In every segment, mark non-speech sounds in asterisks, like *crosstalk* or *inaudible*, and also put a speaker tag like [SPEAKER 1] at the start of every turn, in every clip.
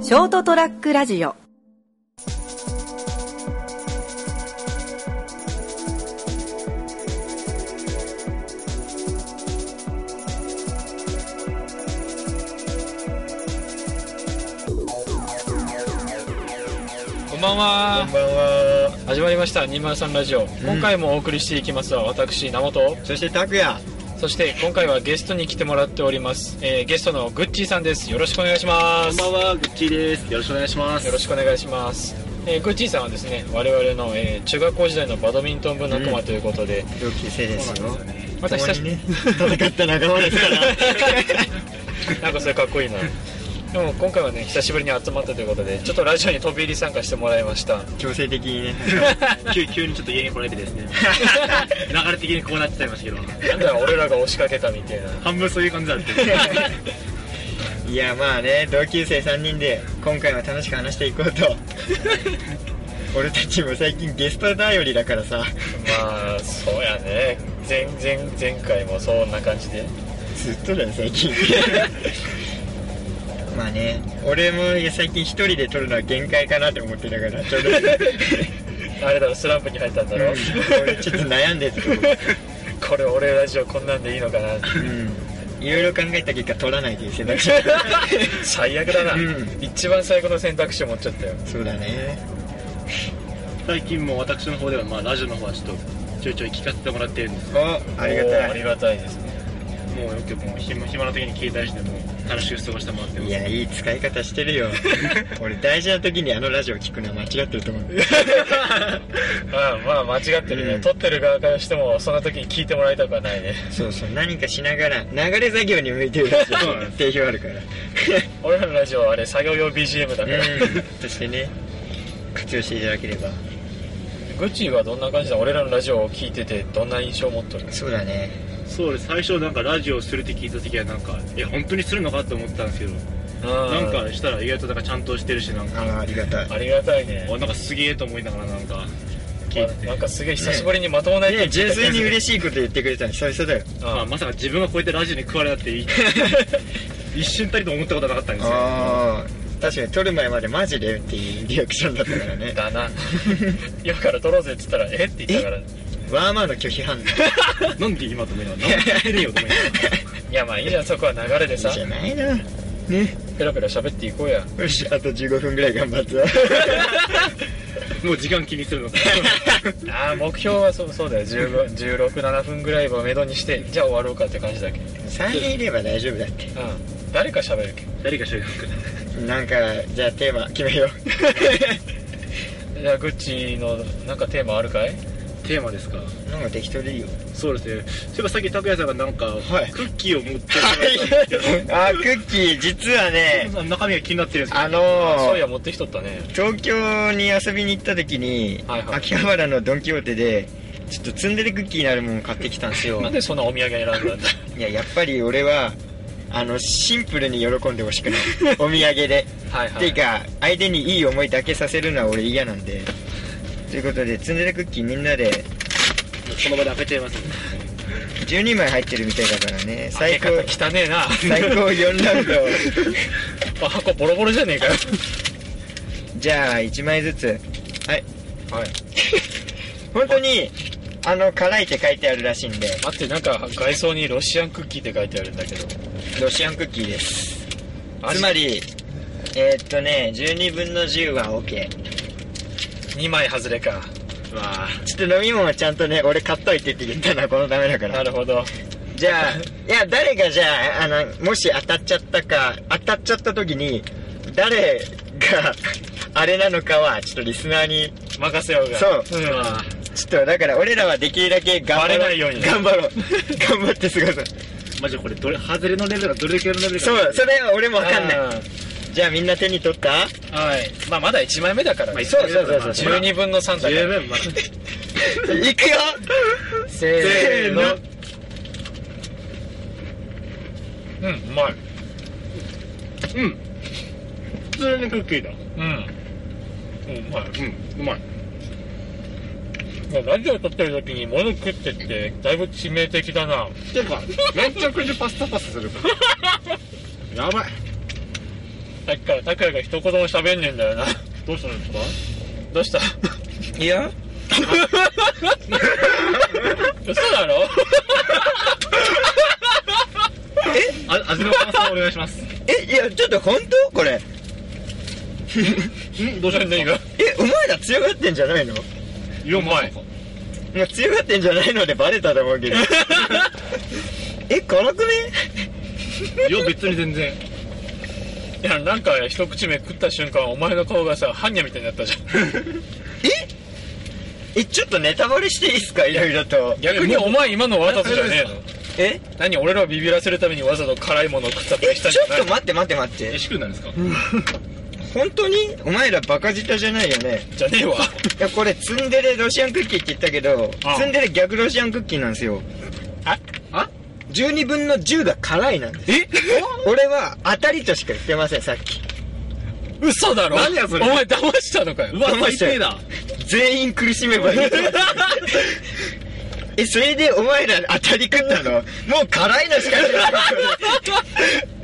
[SPEAKER 1] ショートトラックラジオ
[SPEAKER 2] こんばんは
[SPEAKER 3] こんばんは。
[SPEAKER 2] 始まりました203ラジオ、今回もお送りしていきますは私名本
[SPEAKER 3] そして拓也。
[SPEAKER 2] そして今回はゲストに来てもらっております、えーゲストのグッチーさんですよろしくお願いしますよ
[SPEAKER 3] は、グッチーです。よろしくお願いします
[SPEAKER 2] ろしくお願いします、えーグッチーさんはですね我々の、えー中学校時代のバドミントン部仲間ということで、
[SPEAKER 3] 同級生ですよ。
[SPEAKER 2] また久しぶり
[SPEAKER 3] 共にね戦った仲間ですから。
[SPEAKER 2] *laughs* なんかそれかっこいいなでも今回はね久しぶりに集まったということでちょっとラジオに飛び入り参加してもらいました
[SPEAKER 3] *laughs* 強制的にね。
[SPEAKER 4] 急 *laughs* 急にちょっと家に来られてですね
[SPEAKER 3] *laughs*
[SPEAKER 4] 流れ的にこうなっちゃいましたけど
[SPEAKER 2] なんだろう俺らが押しかけたみたいな
[SPEAKER 4] 半分そういう感じだって
[SPEAKER 3] *laughs* いや、まあね、同級生3人で、今回は楽しく話していこ
[SPEAKER 4] *laughs*
[SPEAKER 3] うと。俺たちも最近ゲスト頼りだからさ、
[SPEAKER 2] まあそうやね前前前回もそんな感じで
[SPEAKER 3] ずっとだよ、最近。 *laughs* まあね、俺も最近一人で撮るのは限界かなって思ってたから、ちょうどいい。
[SPEAKER 2] あれだろスランプに入ったんだ *laughs* ろ、
[SPEAKER 3] うん俺ちょっと悩んでたとこ
[SPEAKER 2] これ俺ラジオこんなんでいいのかな
[SPEAKER 4] *laughs*
[SPEAKER 3] うんいろいろ考えた結果取らないという選択肢
[SPEAKER 2] 最悪だな、
[SPEAKER 3] うん
[SPEAKER 2] 一番最悪の選択肢持っちゃったよ
[SPEAKER 3] そうだね
[SPEAKER 4] 最近も私の方では、まあ、ラジオの方はちょっとちょいちょい聞かせてもらってるんです
[SPEAKER 3] おありが
[SPEAKER 2] お
[SPEAKER 3] た
[SPEAKER 2] ーあり
[SPEAKER 3] い
[SPEAKER 2] がたいですね
[SPEAKER 4] もうよくもう暇暇な時に携帯してもう楽しく過ごしてもらってま
[SPEAKER 3] い
[SPEAKER 4] す
[SPEAKER 3] やいい使い方してる
[SPEAKER 4] *laughs*
[SPEAKER 3] よ俺大事な時にあのラジオ聞くのは間違ってると思う
[SPEAKER 2] *laughs* まあまあ間違ってるね、
[SPEAKER 3] うん
[SPEAKER 2] 撮ってる側からしてもそんな時に聞いてもらいたくはないね
[SPEAKER 3] そうそう何かしながら流れ作業に向いてるラジ
[SPEAKER 4] そうなん
[SPEAKER 3] オ
[SPEAKER 4] です
[SPEAKER 3] 定評あるから
[SPEAKER 2] 俺らのラジオはあれ作業用 BGM
[SPEAKER 4] *laughs*
[SPEAKER 2] だから、
[SPEAKER 3] うんそしてね活用していただければ
[SPEAKER 2] グッチーはどんな感じだ俺らのラジオを聞いててどんな印象を持っとる
[SPEAKER 3] そうだね
[SPEAKER 4] そうです最初なんかラジオするって聞いた時はなんかえ本当にするのかって思ったんですけどな
[SPEAKER 2] なん
[SPEAKER 4] かしたら意外となんかちゃんとしてるしなんか
[SPEAKER 3] ああありがたい
[SPEAKER 2] ありがたいね
[SPEAKER 4] おなんかすげえと思いながらなんか聞いてて、
[SPEAKER 2] なんかすげえ久しぶりにまともな意見
[SPEAKER 3] ね
[SPEAKER 2] 聞い
[SPEAKER 3] 純
[SPEAKER 2] た
[SPEAKER 3] 粋に嬉しいこと言ってくれたの久々だよ
[SPEAKER 4] まあ、まさか自分がこうやってラジオに食われたってい一瞬たりとも思ったことはなかったんですよ
[SPEAKER 3] ああ確かに撮る前までマジでっていうリアクションだったからね
[SPEAKER 2] だな *laughs* 今から撮ろうぜって言ったらえって言ったからい
[SPEAKER 3] ワーマーの拒否反 *laughs* 応
[SPEAKER 4] なんで今と思いながらなんで聞いてねえよと思いな
[SPEAKER 3] *laughs*
[SPEAKER 4] がら
[SPEAKER 2] やまあいいじゃんそこは流れで
[SPEAKER 3] いい
[SPEAKER 2] さ
[SPEAKER 3] じゃないなね
[SPEAKER 2] ペラペラ喋っていこうや
[SPEAKER 3] よしあと15分ぐらい頑張って
[SPEAKER 4] もう時間気にするのか
[SPEAKER 2] ああ目標はそうそうだよ1617分ぐらいをめどにしてじゃあ終わろうかって感じだけどうん
[SPEAKER 3] 3人いれば大丈夫だって
[SPEAKER 2] 誰か喋るけ
[SPEAKER 4] 誰が収録
[SPEAKER 3] なんかじゃあテーマ決めよう
[SPEAKER 2] じゃあグッチのなんかテーマあるかい
[SPEAKER 4] テーマですか
[SPEAKER 3] なんか適当でいいよ *laughs*
[SPEAKER 4] そうですねそういえばさっき拓哉さんがなんか、
[SPEAKER 3] はい
[SPEAKER 4] クッキーを持って
[SPEAKER 2] *laughs*
[SPEAKER 3] あクッキー実はね
[SPEAKER 4] はい、中身が気になってるんですけ
[SPEAKER 3] あ
[SPEAKER 4] ど
[SPEAKER 3] の
[SPEAKER 2] そうい
[SPEAKER 3] ー
[SPEAKER 2] や持ってきとったね
[SPEAKER 3] 東京に遊びに行った時に、
[SPEAKER 2] はいはい
[SPEAKER 3] 秋葉原のドン・キホーテでちょっとツンデレクッキーになるものを買ってきたんです *laughs* よ
[SPEAKER 2] なんでそんなお土産選んだん
[SPEAKER 3] *laughs*
[SPEAKER 2] だ
[SPEAKER 3] いややっぱり俺はあのシンプルに喜んでほしくない
[SPEAKER 2] *laughs*
[SPEAKER 3] お土産で
[SPEAKER 2] はいは
[SPEAKER 3] ていう
[SPEAKER 2] い
[SPEAKER 3] か相手にいい思いだけさせるのは俺嫌なんでということでツンデレクッキーみんなで
[SPEAKER 4] その場で開けちゃいますね
[SPEAKER 3] 12枚入ってるみたいだからね最
[SPEAKER 2] 開け
[SPEAKER 3] 高
[SPEAKER 2] 方汚ねえな
[SPEAKER 3] 最高4ラウンド
[SPEAKER 2] *laughs* あ箱ボロボロじゃねえかよ
[SPEAKER 3] じゃあ1枚ずつはい
[SPEAKER 2] はい
[SPEAKER 3] 本当にあの辛いって書いてあるらしいんで
[SPEAKER 2] 待ってなんか外装にロシアンクッキーって書いてあるんだけど
[SPEAKER 3] ロシアンクッキーです
[SPEAKER 2] 味
[SPEAKER 3] つまりえーっとね12分の10は OK
[SPEAKER 2] 2枚外れか
[SPEAKER 4] わあ
[SPEAKER 3] ちょっと飲み物はちゃんとね俺買っといてって言ったのはこのためだから
[SPEAKER 2] なるほど
[SPEAKER 3] じゃあ、いや、誰がじゃあ、あの、もし当たっちゃったか、当たっちゃった時に、誰が、あれなのかは、ちょっとリスナーに、
[SPEAKER 2] 任せようが
[SPEAKER 3] そう
[SPEAKER 2] うんあ
[SPEAKER 3] ちょっと、だから俺らはできるだけ頑張ろう。
[SPEAKER 2] バレないように
[SPEAKER 3] 頑張ろ
[SPEAKER 2] *laughs*
[SPEAKER 3] う。頑張って過ごそう。
[SPEAKER 4] マジでこれどれ外れのレベルがどれだけのレベルか
[SPEAKER 3] そう、それは俺もわ
[SPEAKER 2] ー
[SPEAKER 3] かんない。じゃあみんな手に取
[SPEAKER 2] *laughs*
[SPEAKER 3] った
[SPEAKER 2] はいまあまだ1枚目だから、
[SPEAKER 4] まあ
[SPEAKER 3] そうそうそうそう
[SPEAKER 2] 12分の3だ
[SPEAKER 4] 十
[SPEAKER 2] から
[SPEAKER 4] 分まだ
[SPEAKER 3] いくよ
[SPEAKER 2] せーの
[SPEAKER 3] せ
[SPEAKER 2] うんうまい
[SPEAKER 4] うん普通のクッキーだ
[SPEAKER 2] うんうんうまい
[SPEAKER 4] うんうまい
[SPEAKER 2] もうラジオ撮ってる時に物食ってってだいぶ致命的だな
[SPEAKER 4] てかめっちゃくちゃパスタパスするやばい
[SPEAKER 2] さっきから拓也が一言も喋んねえんだよな
[SPEAKER 4] どうしたんですか
[SPEAKER 2] どうした
[SPEAKER 3] いや
[SPEAKER 2] 嘘だろ
[SPEAKER 4] あ味の感想お願いします
[SPEAKER 3] えいやちょっと本当これ
[SPEAKER 4] んどうしたんです
[SPEAKER 2] 何
[SPEAKER 4] か
[SPEAKER 2] が
[SPEAKER 3] えお前ら強がってんじゃないの
[SPEAKER 4] いや
[SPEAKER 2] うまい
[SPEAKER 4] まさか
[SPEAKER 3] いや強がってんじゃないのでバレたと思
[SPEAKER 2] *laughs*
[SPEAKER 3] うけどえ辛くね
[SPEAKER 4] いや別に全然
[SPEAKER 2] いやなんか一口目食った瞬間お前の顔がさハンニャみたいになったじゃん
[SPEAKER 3] えちょっとネタバレしていいっすかいろいろと
[SPEAKER 2] *laughs* 逆にお前今のわざとじゃねえの
[SPEAKER 3] え
[SPEAKER 2] 何俺らをビビらせるためにわざと辛いものを食った
[SPEAKER 3] え
[SPEAKER 2] りし
[SPEAKER 3] ち
[SPEAKER 2] た
[SPEAKER 3] ょ
[SPEAKER 2] んじゃ
[SPEAKER 3] っ
[SPEAKER 2] ない
[SPEAKER 3] と待って待って待って
[SPEAKER 4] えしくなんですか
[SPEAKER 3] 本当にお前らバカ舌じゃないよね
[SPEAKER 2] じゃねえわ
[SPEAKER 3] いやこれツンデレロシアンクッキーって言ったけど
[SPEAKER 2] ああ
[SPEAKER 3] ツンデレ逆ロシアンクッキーなんですよ
[SPEAKER 2] あ
[SPEAKER 4] あ
[SPEAKER 3] 12分の10が辛いなんです
[SPEAKER 2] え
[SPEAKER 3] 俺は当たりとしか言ってませんさっき
[SPEAKER 2] 嘘だろ
[SPEAKER 4] 何やそれ
[SPEAKER 2] お前騙したのかよ
[SPEAKER 4] うわ
[SPEAKER 3] 騙
[SPEAKER 4] 最
[SPEAKER 3] したよ
[SPEAKER 4] 低だ
[SPEAKER 3] 全員苦しめばいいえそれでお前ら当たり食ったのもう辛いのしか言ってない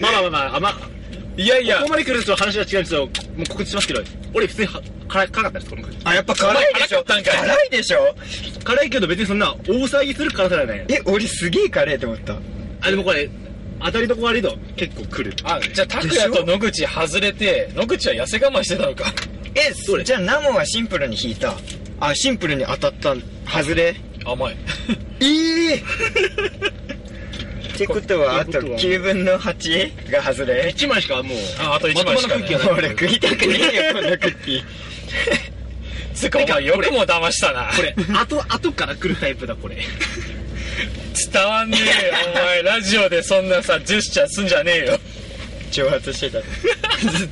[SPEAKER 4] まあまあまあまああま
[SPEAKER 2] いやいや
[SPEAKER 4] ここまで来ると話が違うんですよもう告知しますけど俺普通には辛い辛かったですこの回
[SPEAKER 3] あやっぱ辛いでしょ
[SPEAKER 2] お前辛かったんかい
[SPEAKER 3] 辛いでしょ
[SPEAKER 4] 辛いけど別にそんな大騒ぎする辛さじゃない
[SPEAKER 3] え俺すげえ辛いと思った
[SPEAKER 4] あでもこれ当たりとこ悪いと結構来る
[SPEAKER 2] あじゃあ拓也と野口外れて野口は痩せ我慢してたのか
[SPEAKER 3] え
[SPEAKER 4] どれ
[SPEAKER 3] じゃあナモはシンプルに引いたあシンプルに当たった外れ
[SPEAKER 2] 甘い
[SPEAKER 3] ええってことはあと
[SPEAKER 4] ってことは
[SPEAKER 3] 9分の8が外れ
[SPEAKER 4] 1枚しかもう
[SPEAKER 2] ああと一枚しかない
[SPEAKER 4] まともなクッキーは
[SPEAKER 3] 俺食いたくねえよこんなクッキー
[SPEAKER 2] *laughs* つうかお前よくも騙したな
[SPEAKER 4] これ後後から来るタイプだこれ
[SPEAKER 2] 伝わんねえ *laughs* よお前ラジオでそんなさジェスチャーすんじゃねえよ
[SPEAKER 3] 挑発してたずっ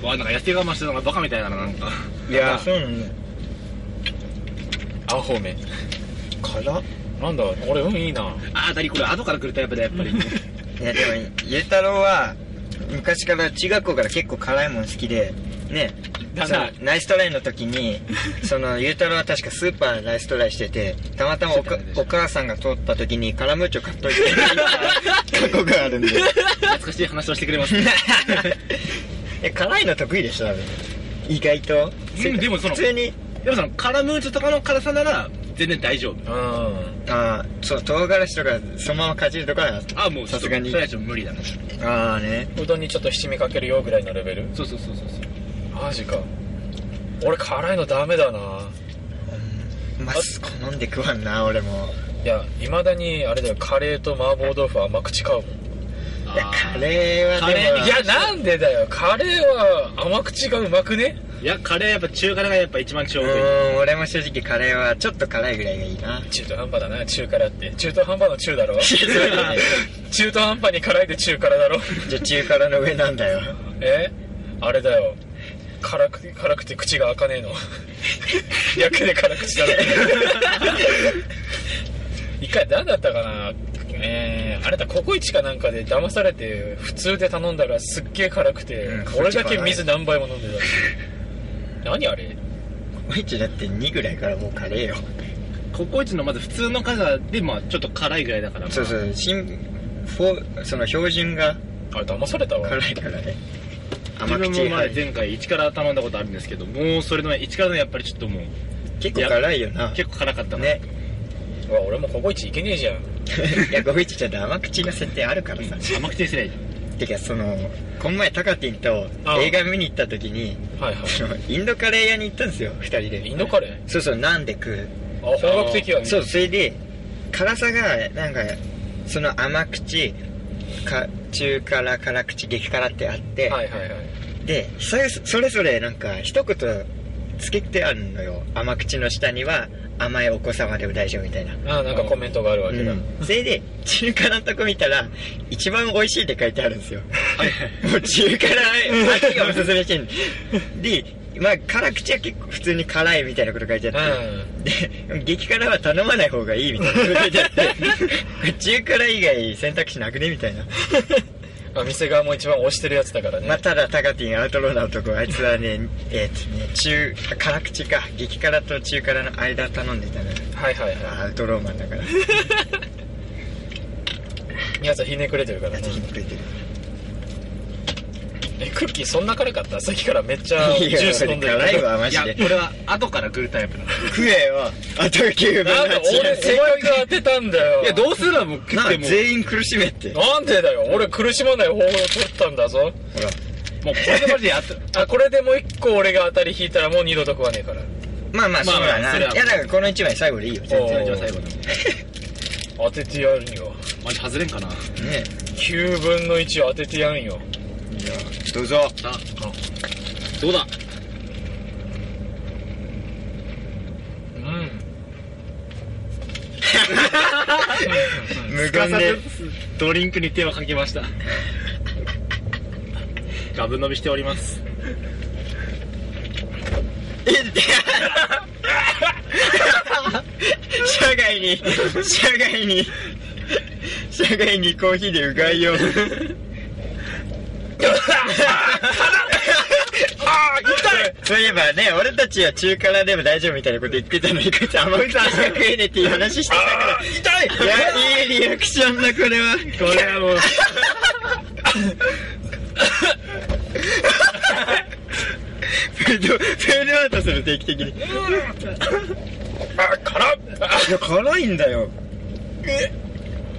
[SPEAKER 3] と
[SPEAKER 4] わなんか痩せ我慢してたのがバカみたいだななんか
[SPEAKER 3] いやそうなんだ
[SPEAKER 2] アホめ
[SPEAKER 3] 辛っ
[SPEAKER 2] なんだ俺運いいな
[SPEAKER 4] あ当たりこれ後から来るタイプだやっ *laughs* ぱり
[SPEAKER 3] いやでもゆうたろうは昔から中学校から結構辛いもん好きでね
[SPEAKER 2] だな
[SPEAKER 3] そのナイストライの時にそのゆうたろうは確かスーパーナイストライしててたまたまおかお母さんが通った時にカラムーチョ買っといてって言った過去があるんで
[SPEAKER 4] 懐かしい話をしてくれ *laughs* ます
[SPEAKER 3] え辛いの得意でしょ多分意外と
[SPEAKER 4] うんでもその
[SPEAKER 3] 普通に
[SPEAKER 4] でもその辛ムーチョとかの辛さなら全然大丈夫
[SPEAKER 2] うん
[SPEAKER 3] ああそう唐辛子とかそのままかじるとか
[SPEAKER 4] あもう
[SPEAKER 3] さすがに
[SPEAKER 4] それはちょっと無理だな
[SPEAKER 3] ああね
[SPEAKER 2] うどんにちょっと七味かけるよぐらいのレベル
[SPEAKER 4] そうそうそうそうそう
[SPEAKER 2] マジか俺辛いのダメだな
[SPEAKER 3] まあ好んで食わんな俺も
[SPEAKER 2] いやいまだにあれだよカレーと麻婆豆腐甘口買うもん
[SPEAKER 3] いやカレーは
[SPEAKER 4] カ
[SPEAKER 3] で
[SPEAKER 4] レ
[SPEAKER 3] も
[SPEAKER 4] ー
[SPEAKER 2] いやなんでだよカレーは甘口がうまくね
[SPEAKER 4] いやカレーやっぱ中辛がやっぱ一番ちょうどいいう
[SPEAKER 3] ーん俺も正直カレーはちょっと辛いぐらいがいいな
[SPEAKER 2] 中途半端だな中辛って中途半端の中だ *laughs* ろ中途半端に辛いで中辛だろ *laughs*
[SPEAKER 3] じゃあ中辛の上なんだよ
[SPEAKER 2] えあれだよ辛く辛くて口が開かねえの *laughs* 略で辛口だろ *laughs* 一回何だったかなえー、あれだココイチかなんかで騙されて普通で頼んだらすっげえ辛くて、
[SPEAKER 3] うん
[SPEAKER 2] 俺だけ水何杯も飲んでた何あれ
[SPEAKER 3] ココイチだって2ぐらいからもうカレーよ
[SPEAKER 4] ココイチのまず普通の辛さでまあちょっと辛いぐらいだからまあ
[SPEAKER 3] そうそう新フォーその標準が
[SPEAKER 2] あれ騙されたわ
[SPEAKER 3] 辛いからね
[SPEAKER 4] 自
[SPEAKER 3] 甘
[SPEAKER 4] 分
[SPEAKER 3] 口
[SPEAKER 4] も前
[SPEAKER 3] 入る
[SPEAKER 4] 前回一から頼んだことあるんですけどもうそれの一からのやっぱりちょっともう
[SPEAKER 3] 結構辛いよな
[SPEAKER 4] 結構辛かったな
[SPEAKER 3] ね *laughs*
[SPEAKER 2] うわ俺もココイチいけねえじゃん
[SPEAKER 3] いやココイチちょっと甘口の設定あるからさ
[SPEAKER 4] 甘くてしてない
[SPEAKER 3] てかそのこの前タカティンと映画見に行った時に
[SPEAKER 2] はいは
[SPEAKER 3] そのインドカレー屋に行ったんですよ2人
[SPEAKER 2] い
[SPEAKER 3] で
[SPEAKER 2] インドカレー
[SPEAKER 3] そうそうなんで食う
[SPEAKER 2] あ本格的やね
[SPEAKER 3] そうそれで辛さがなんかその甘口か中辛辛口激辛ってあって、
[SPEAKER 2] はいはいはい
[SPEAKER 3] でそれそれぞれなんか一言付けてあるのよ甘口の下には甘いお子様でも大丈夫みたいな、
[SPEAKER 2] あなんかコメントがあるわ
[SPEAKER 3] う
[SPEAKER 2] けだ、
[SPEAKER 3] ん、それで中辛のとこ見たら一番美味しいって書いてあるんですよもう中辛先がおすすめしてんのでまあ辛口は結構普通に辛いみたいなこと書いてあって、
[SPEAKER 2] う
[SPEAKER 3] で激辛は頼まない方がいいみたいな中辛以外選択肢なくねみたいな、
[SPEAKER 2] ん、あ店側も一番推してるやつだからね、
[SPEAKER 3] まあ、ただタカティンアウトローな男あいつはねえー、とね中辛口か激辛と中辛の間頼んでたのよ
[SPEAKER 2] はいはい
[SPEAKER 3] あー
[SPEAKER 2] は
[SPEAKER 3] アウトローマンだから
[SPEAKER 2] いやつはひねくれてるからね
[SPEAKER 3] ひっくりてる
[SPEAKER 2] えクッキーそんな辛かったさっきからめっちゃ
[SPEAKER 3] い
[SPEAKER 2] ジ
[SPEAKER 3] や
[SPEAKER 2] ュース飲んでる
[SPEAKER 3] 辛いわマ
[SPEAKER 1] い
[SPEAKER 3] ジ
[SPEAKER 1] や
[SPEAKER 3] で
[SPEAKER 1] 俺は後から来るタイプなの
[SPEAKER 3] 食えよあと9分
[SPEAKER 2] なん
[SPEAKER 3] の
[SPEAKER 2] か
[SPEAKER 3] 8
[SPEAKER 2] 俺お前が当てたんだよ
[SPEAKER 1] いやどうするはもう食っ
[SPEAKER 3] な
[SPEAKER 1] て
[SPEAKER 3] あ
[SPEAKER 1] も
[SPEAKER 3] 全員苦しめってほ
[SPEAKER 2] なんでだよ俺苦しまない方法を取ったんだぞ
[SPEAKER 3] ら
[SPEAKER 1] もうこれでマジでやっと
[SPEAKER 2] あこれでもう一個俺が当たり引いたらもう二度と食わねえから
[SPEAKER 3] まあまあそう
[SPEAKER 1] ま
[SPEAKER 3] だ
[SPEAKER 1] あまあ
[SPEAKER 3] な
[SPEAKER 1] そ
[SPEAKER 3] い
[SPEAKER 1] れは
[SPEAKER 3] やだからこの1枚最後でいいよ全
[SPEAKER 2] お
[SPEAKER 3] 然
[SPEAKER 2] う
[SPEAKER 1] じゃあ最後だ
[SPEAKER 2] 当ててやるには
[SPEAKER 1] マジ外れんかな
[SPEAKER 3] ね
[SPEAKER 2] 9分の1当ててやんよ
[SPEAKER 3] いやどうぞ
[SPEAKER 1] さあどうだ
[SPEAKER 2] うん
[SPEAKER 3] 無
[SPEAKER 4] か
[SPEAKER 3] 言
[SPEAKER 4] さ
[SPEAKER 3] で
[SPEAKER 4] ずドリンクに手をかけました *laughs* ガブ飲みしております
[SPEAKER 3] 社外に社外に社外にコーヒーでうがいよ
[SPEAKER 2] あ痛い
[SPEAKER 3] そういえばね俺たちは中辛でも大丈夫みたいなこと言ってたのにこいつ甘口しか食えねえっていう話してたか
[SPEAKER 2] あー痛い
[SPEAKER 3] らいやいいリアクションだこれは
[SPEAKER 4] これはもう
[SPEAKER 3] フェードフェードアウトする定期的にい
[SPEAKER 2] あ辛っあ
[SPEAKER 3] や辛いんだよ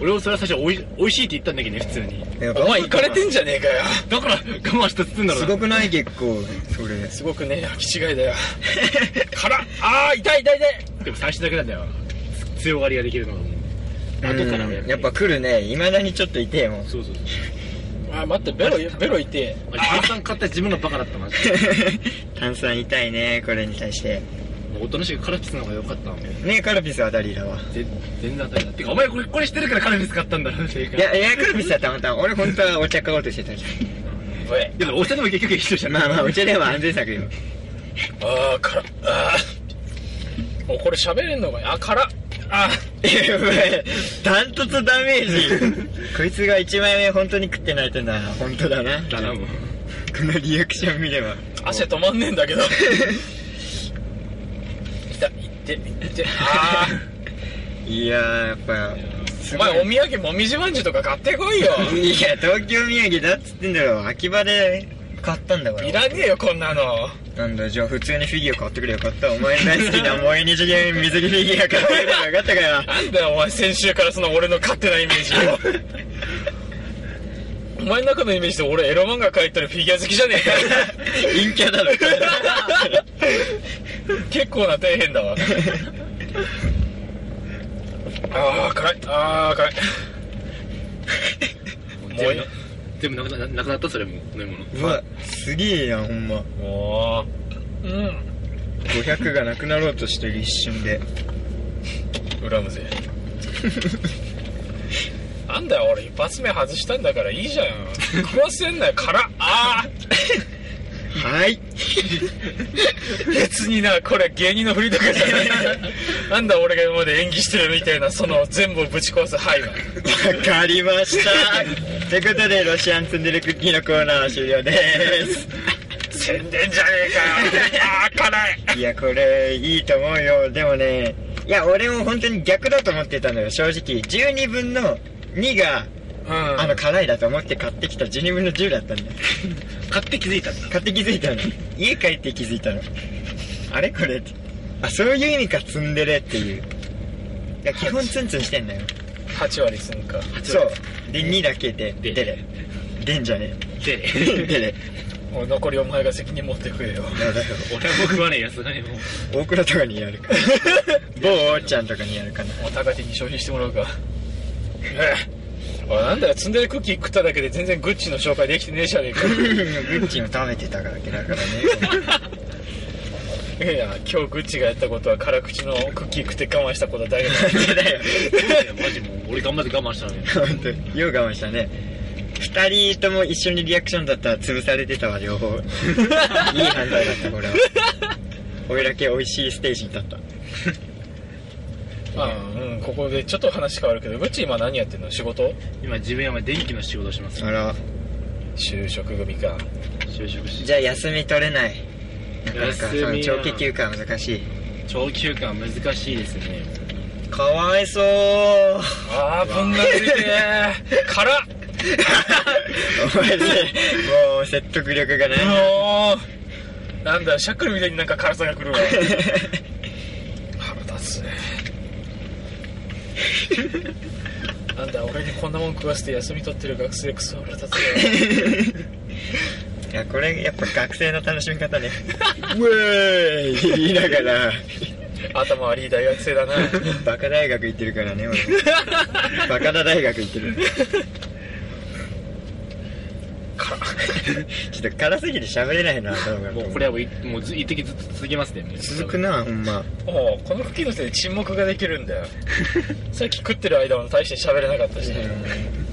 [SPEAKER 4] 俺もそれは最初おいおいしいって言ったんだけどね普通に
[SPEAKER 2] お前行かれてんじゃねえかよ
[SPEAKER 4] だから我慢してつんだろ
[SPEAKER 3] す
[SPEAKER 4] うな
[SPEAKER 3] ごくない結構それ
[SPEAKER 2] すごくね履き違いだよ辛っあー痛い痛い痛い
[SPEAKER 4] でも最初だけなんだよつ強がりができるのはもう後からは
[SPEAKER 3] う
[SPEAKER 4] や
[SPEAKER 3] ん
[SPEAKER 4] っ
[SPEAKER 3] やっぱ来るねいまだにちょっと痛えもん *laughs*
[SPEAKER 4] そうそう
[SPEAKER 2] あー待ってベロベロ痛え
[SPEAKER 4] あ炭酸買った自分のバカだったマジで
[SPEAKER 3] 炭酸痛いねこれに対して
[SPEAKER 4] もうおとなしくカラピスの方が良かったのぜ
[SPEAKER 3] ねカルピスは当たりだわ
[SPEAKER 4] 全然当たりだってかお前これこれしてるからカラピス買ったんだろっていうか
[SPEAKER 3] いやいやカルピスはたまたま俺本当はお茶買おうとしてたんだけ
[SPEAKER 2] おい
[SPEAKER 4] でもお茶でも結局一緒じゃ
[SPEAKER 3] ど
[SPEAKER 4] ん
[SPEAKER 3] まあまあお茶では安全 *laughs* 策よ
[SPEAKER 2] あー辛っあーおこれ喋れんのかよあ辛っあ
[SPEAKER 3] やばいダントツダメージこいつが1枚目本当に食ってないってのは本当だな
[SPEAKER 4] だなもう
[SPEAKER 3] このリアクション見れば
[SPEAKER 2] 汗止まんねえんだけど痛い痛い痛いあ
[SPEAKER 3] いやーやっぱ
[SPEAKER 2] ー
[SPEAKER 3] *laughs* す
[SPEAKER 2] お
[SPEAKER 3] ごい
[SPEAKER 2] 前お土産もみじまんじゅうとか買ってこいよ
[SPEAKER 3] いや東京土産だっつってんだろ秋葉で買ったんだから
[SPEAKER 2] いらねえよこんなの
[SPEAKER 3] なんだじゃあ普通にフィギュア買ってくれよかったお前大好きな萌え二次元水着フィギュア買ってくれよかったかよ
[SPEAKER 2] なんだよお前先週からその俺の勝手なイメ
[SPEAKER 3] *laughs*
[SPEAKER 2] ージお前の中のイメージで俺エロ漫画描いてるフィギュア好きじゃね
[SPEAKER 3] 陰キャだろ
[SPEAKER 2] えか結構な底辺だわああ辛いああ辛いもういい
[SPEAKER 4] 全部なくななくなったそれもう飲み物
[SPEAKER 3] うわすげえやんほんま
[SPEAKER 2] もううん
[SPEAKER 3] 500がなくなろうとしてる一瞬で
[SPEAKER 2] 恨むぜなんだよ俺一発目外したんだからいいじゃん食わせんなよ辛っああ
[SPEAKER 3] はい
[SPEAKER 2] 別になこれ芸人の振りとかじゃないんだなんだ俺が今まで演技してるみたいなその全部をぶち壊すはいは
[SPEAKER 3] わかりましたということでロシアンツンデレクッキーのコーナーは終了です
[SPEAKER 2] 宣伝じゃねえかよ *laughs* あー辛い
[SPEAKER 3] いやこれいいと思うよでもねいや俺も本当に逆だと思ってたのよ正直12分の2が
[SPEAKER 2] うん
[SPEAKER 3] あの辛いだと思って買ってきた12分の10だったんだよ
[SPEAKER 4] 買って気づいたんだ
[SPEAKER 3] 買って気づいたの家帰って気づいたのあれこれってあそういう意味かツンデレっていういや基本ツンツンしてんだよ
[SPEAKER 2] 8割すんか
[SPEAKER 3] そうで2だけでデ
[SPEAKER 4] で
[SPEAKER 3] レでんじゃね
[SPEAKER 4] で
[SPEAKER 3] *laughs* えデレ
[SPEAKER 2] もう残りお前が責任持ってくれよ
[SPEAKER 3] やだよ
[SPEAKER 4] *laughs* 俺は僕はねえやすがにもう
[SPEAKER 3] 大倉とかにやるか某おっちゃんとかにやるか *laughs* な
[SPEAKER 2] お高手に消費してもらうかええおいなんだよ積んでるクッキー食っただけで全然グッチの紹介できてねえじゃねえか
[SPEAKER 3] グ *laughs* ッチも食べてただけだ *laughs* からね
[SPEAKER 2] いや今日グッチがやったことは辛口のクッキー食って我慢したことだけだ
[SPEAKER 3] 本当だよ
[SPEAKER 4] そうだよマジもう俺頑張って我慢したのに
[SPEAKER 3] 本当によう我慢したね2人とも一緒にリアクションだったら潰されてたわ *laughs* 両方いい判断だったこれは俺だけ美味しいステージに立った
[SPEAKER 2] あうんここでちょっと話変わるけどグッチ今何やってんの仕事
[SPEAKER 4] 今自分は電気の仕事をしてます
[SPEAKER 3] あら
[SPEAKER 2] 就職組か
[SPEAKER 4] 就職し
[SPEAKER 3] じゃあ休み取れないなかなか
[SPEAKER 4] 休み
[SPEAKER 3] そ
[SPEAKER 4] は
[SPEAKER 3] の長期休暇は難しい
[SPEAKER 4] 長期休暇は難しいですね
[SPEAKER 3] かわいそう
[SPEAKER 2] あーぶん殴りてえ辛っ
[SPEAKER 3] マジでもう説得力 *laughs* がない。
[SPEAKER 2] おなんだしゃっくりみたいになんか辛さがくるわ腹立つね *laughs* なんだ俺にこんなもん食わせて休み取ってる学生クソ腹立つわ
[SPEAKER 3] いや、これやっぱ学生の楽しみ方ね。 *laughs* ウェーイ *laughs* 言いながら、
[SPEAKER 2] 頭悪い大学生 *laughs* だな
[SPEAKER 3] *laughs* バカ大学行ってるか
[SPEAKER 1] *laughs*
[SPEAKER 3] らね、俺。バカな大学行ってる。ちょっと辛すぎて喋れないな、動画。
[SPEAKER 1] もうこれはもういもうず一滴ずつ続きますねもう
[SPEAKER 3] 続くな、ほんま。
[SPEAKER 2] もうこの付近のせいで沈黙ができるんだよさっき食ってる間も大して喋れなかったし、
[SPEAKER 3] うん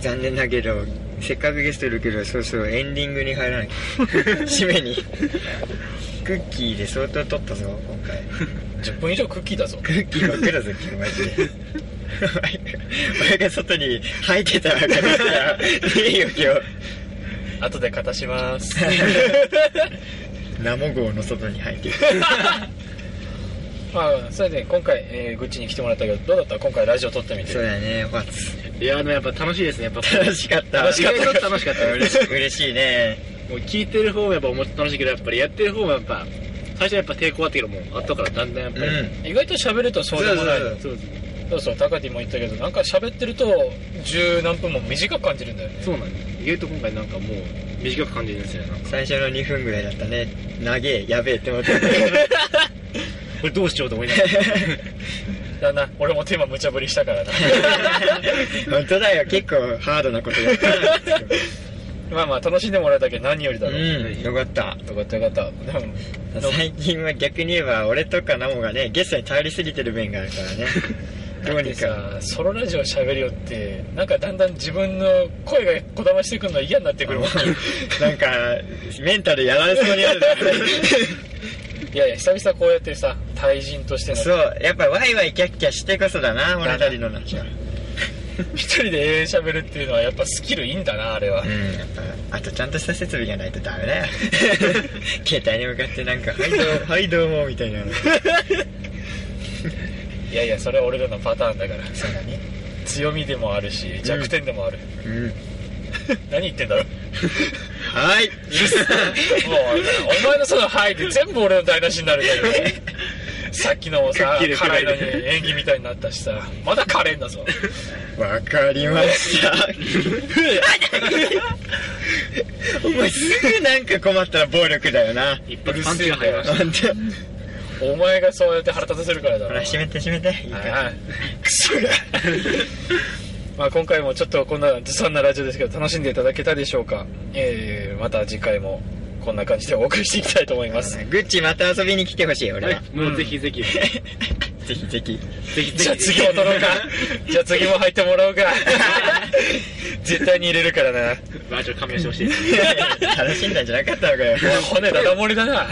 [SPEAKER 3] 残念だけどせっかくゲストいるけどそうそうエンディングに
[SPEAKER 1] *laughs*
[SPEAKER 3] 入らない締めにクッキーで相当取ったぞ今回
[SPEAKER 2] 10分以上クッキーだぞ
[SPEAKER 3] クッキーばっかだぞ今日マ
[SPEAKER 1] *laughs*
[SPEAKER 3] ジで俺が外に吐いてたら分かるからいいよ
[SPEAKER 2] 後で片します
[SPEAKER 3] 今日ナモ号の外に吐いてる
[SPEAKER 2] まあそれで今回、えー、グッチに来てもらったけどどうだった今回ラジオ撮ってみて
[SPEAKER 3] *laughs* そうだねワッツ
[SPEAKER 1] いやでもやっぱ楽しいですねやっぱ
[SPEAKER 3] 楽しかった
[SPEAKER 1] 楽しかった
[SPEAKER 3] 意外と
[SPEAKER 1] 楽しかった
[SPEAKER 3] 嬉し嬉しいね
[SPEAKER 1] もう聞いてる方もやっぱ面白い楽しいけどやっぱりやってる方もやっぱ最初はやっぱ抵抗あったけどもう後からだんだんやっ
[SPEAKER 3] う
[SPEAKER 1] ぱり、
[SPEAKER 3] ん
[SPEAKER 2] 意外と喋るとそうでもない
[SPEAKER 3] そうそう
[SPEAKER 1] そうです
[SPEAKER 2] そうそう高ティも言ったけどなんか喋ってると十何分も短く感じるんだよね
[SPEAKER 1] そうなんです意外と今回なんかもう短く感じるんですよねなんか
[SPEAKER 3] 最初の2分ぐらいだったね長えやべえって思って
[SPEAKER 1] これどうしようと思いながら
[SPEAKER 2] だな俺もテーマ無茶ぶりした
[SPEAKER 3] *laughs*
[SPEAKER 2] からな
[SPEAKER 3] 本当だよ結構ハードなことやったんですよ
[SPEAKER 2] まあまあ楽しんでもらえたけど何より
[SPEAKER 3] *laughs*
[SPEAKER 2] だろう、
[SPEAKER 3] うんよかった
[SPEAKER 2] よかったよかったでも
[SPEAKER 3] 最近は逆に言えば俺とかナモがねゲストに頼りすぎてる面があるから *laughs* ねどうに
[SPEAKER 2] で
[SPEAKER 3] か
[SPEAKER 2] さソロラジオ喋るよってなんかだんだん自分の声がこだましてくるの嫌になってくるもん
[SPEAKER 3] *laughs* なんかメンタルやられそうになるな
[SPEAKER 2] *laughs* いやいや久々こうやってさ対人としての
[SPEAKER 3] *laughs* そうやっぱワイワイキャッキャしてこそだな俺たちの中は
[SPEAKER 2] 一人で永遠喋るっていうのはやっぱスキルいいんだなあれは
[SPEAKER 3] うんやっぱあとちゃんとした設備がないとダメだ *laughs* よ携帯に向かってなんか「はいどうもはいどうも」みたいな
[SPEAKER 2] いやいやそれは俺らのパターンだから
[SPEAKER 3] そうだね
[SPEAKER 2] 強みでもあるし弱点でもある、
[SPEAKER 3] うん
[SPEAKER 2] 何言ってんだろう
[SPEAKER 3] は *laughs* いう
[SPEAKER 2] るせえもうお前のその「はい」で全部俺の台無しになるけど *laughs* ねさっきのもさ
[SPEAKER 3] くっきり暗
[SPEAKER 2] 辛い
[SPEAKER 3] い
[SPEAKER 2] のに演技みたいになったしさまだカレーんだぞ
[SPEAKER 3] わかりました。お前すぐなんか困ったら暴力だよな。
[SPEAKER 1] 一発パンチが入りました
[SPEAKER 3] ほんと。
[SPEAKER 2] お前がそうやって腹立たせるからだ
[SPEAKER 3] ほ
[SPEAKER 2] ろ
[SPEAKER 3] ら、閉めて閉めて。いいか
[SPEAKER 2] *laughs*
[SPEAKER 3] ら
[SPEAKER 2] ああクソがまあ今回もちょっとこんなずさんなラジオですけど楽しんでいただけたでしょうか、えーまた次回もこんな感じでお送りしていきたいと思います
[SPEAKER 3] グッチまた遊びに来てほしい、俺は。
[SPEAKER 1] もうぜひぜひ、ぜ
[SPEAKER 3] ぜひぜひ。
[SPEAKER 1] ひ
[SPEAKER 2] じ
[SPEAKER 1] ぜ
[SPEAKER 2] ゃあ
[SPEAKER 1] ひ
[SPEAKER 2] 次も撮 *laughs* ろうかじゃあ次も入っても *laughs* らおうか絶対に入れるからな
[SPEAKER 1] まあちょっと勘弁してほしいです
[SPEAKER 3] *laughs* *laughs* 楽しんだんじゃなかったのか *laughs* よ。
[SPEAKER 2] おい骨だだ漏れだな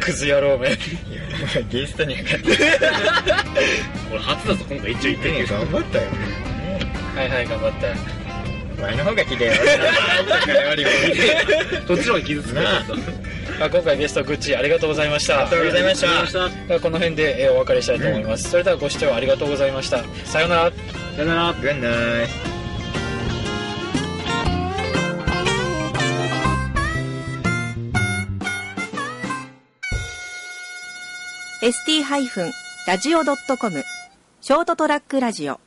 [SPEAKER 2] クズ野郎め
[SPEAKER 3] お前ゲストにかかって
[SPEAKER 1] 俺初だぞ今回一応言ってるけど
[SPEAKER 3] 頑張ったよ。
[SPEAKER 2] はいはい頑張った
[SPEAKER 3] *laughs* お前の方が綺麗よ。俺の *laughs* よりも見て
[SPEAKER 1] どっちの方が傷つく
[SPEAKER 3] なあ
[SPEAKER 1] ちょっと
[SPEAKER 2] まあ今回ゲストグッチありがとうございました
[SPEAKER 3] ありがとうございまし
[SPEAKER 1] ありがとう
[SPEAKER 3] た
[SPEAKER 1] ご。ざいまし
[SPEAKER 2] この辺でえーお別れしたいと思います、それではご視聴ありがとうございましたさようなら
[SPEAKER 1] たさよなら
[SPEAKER 3] グンナイ。
[SPEAKER 5] ST-radio.com ショートトラックラジオ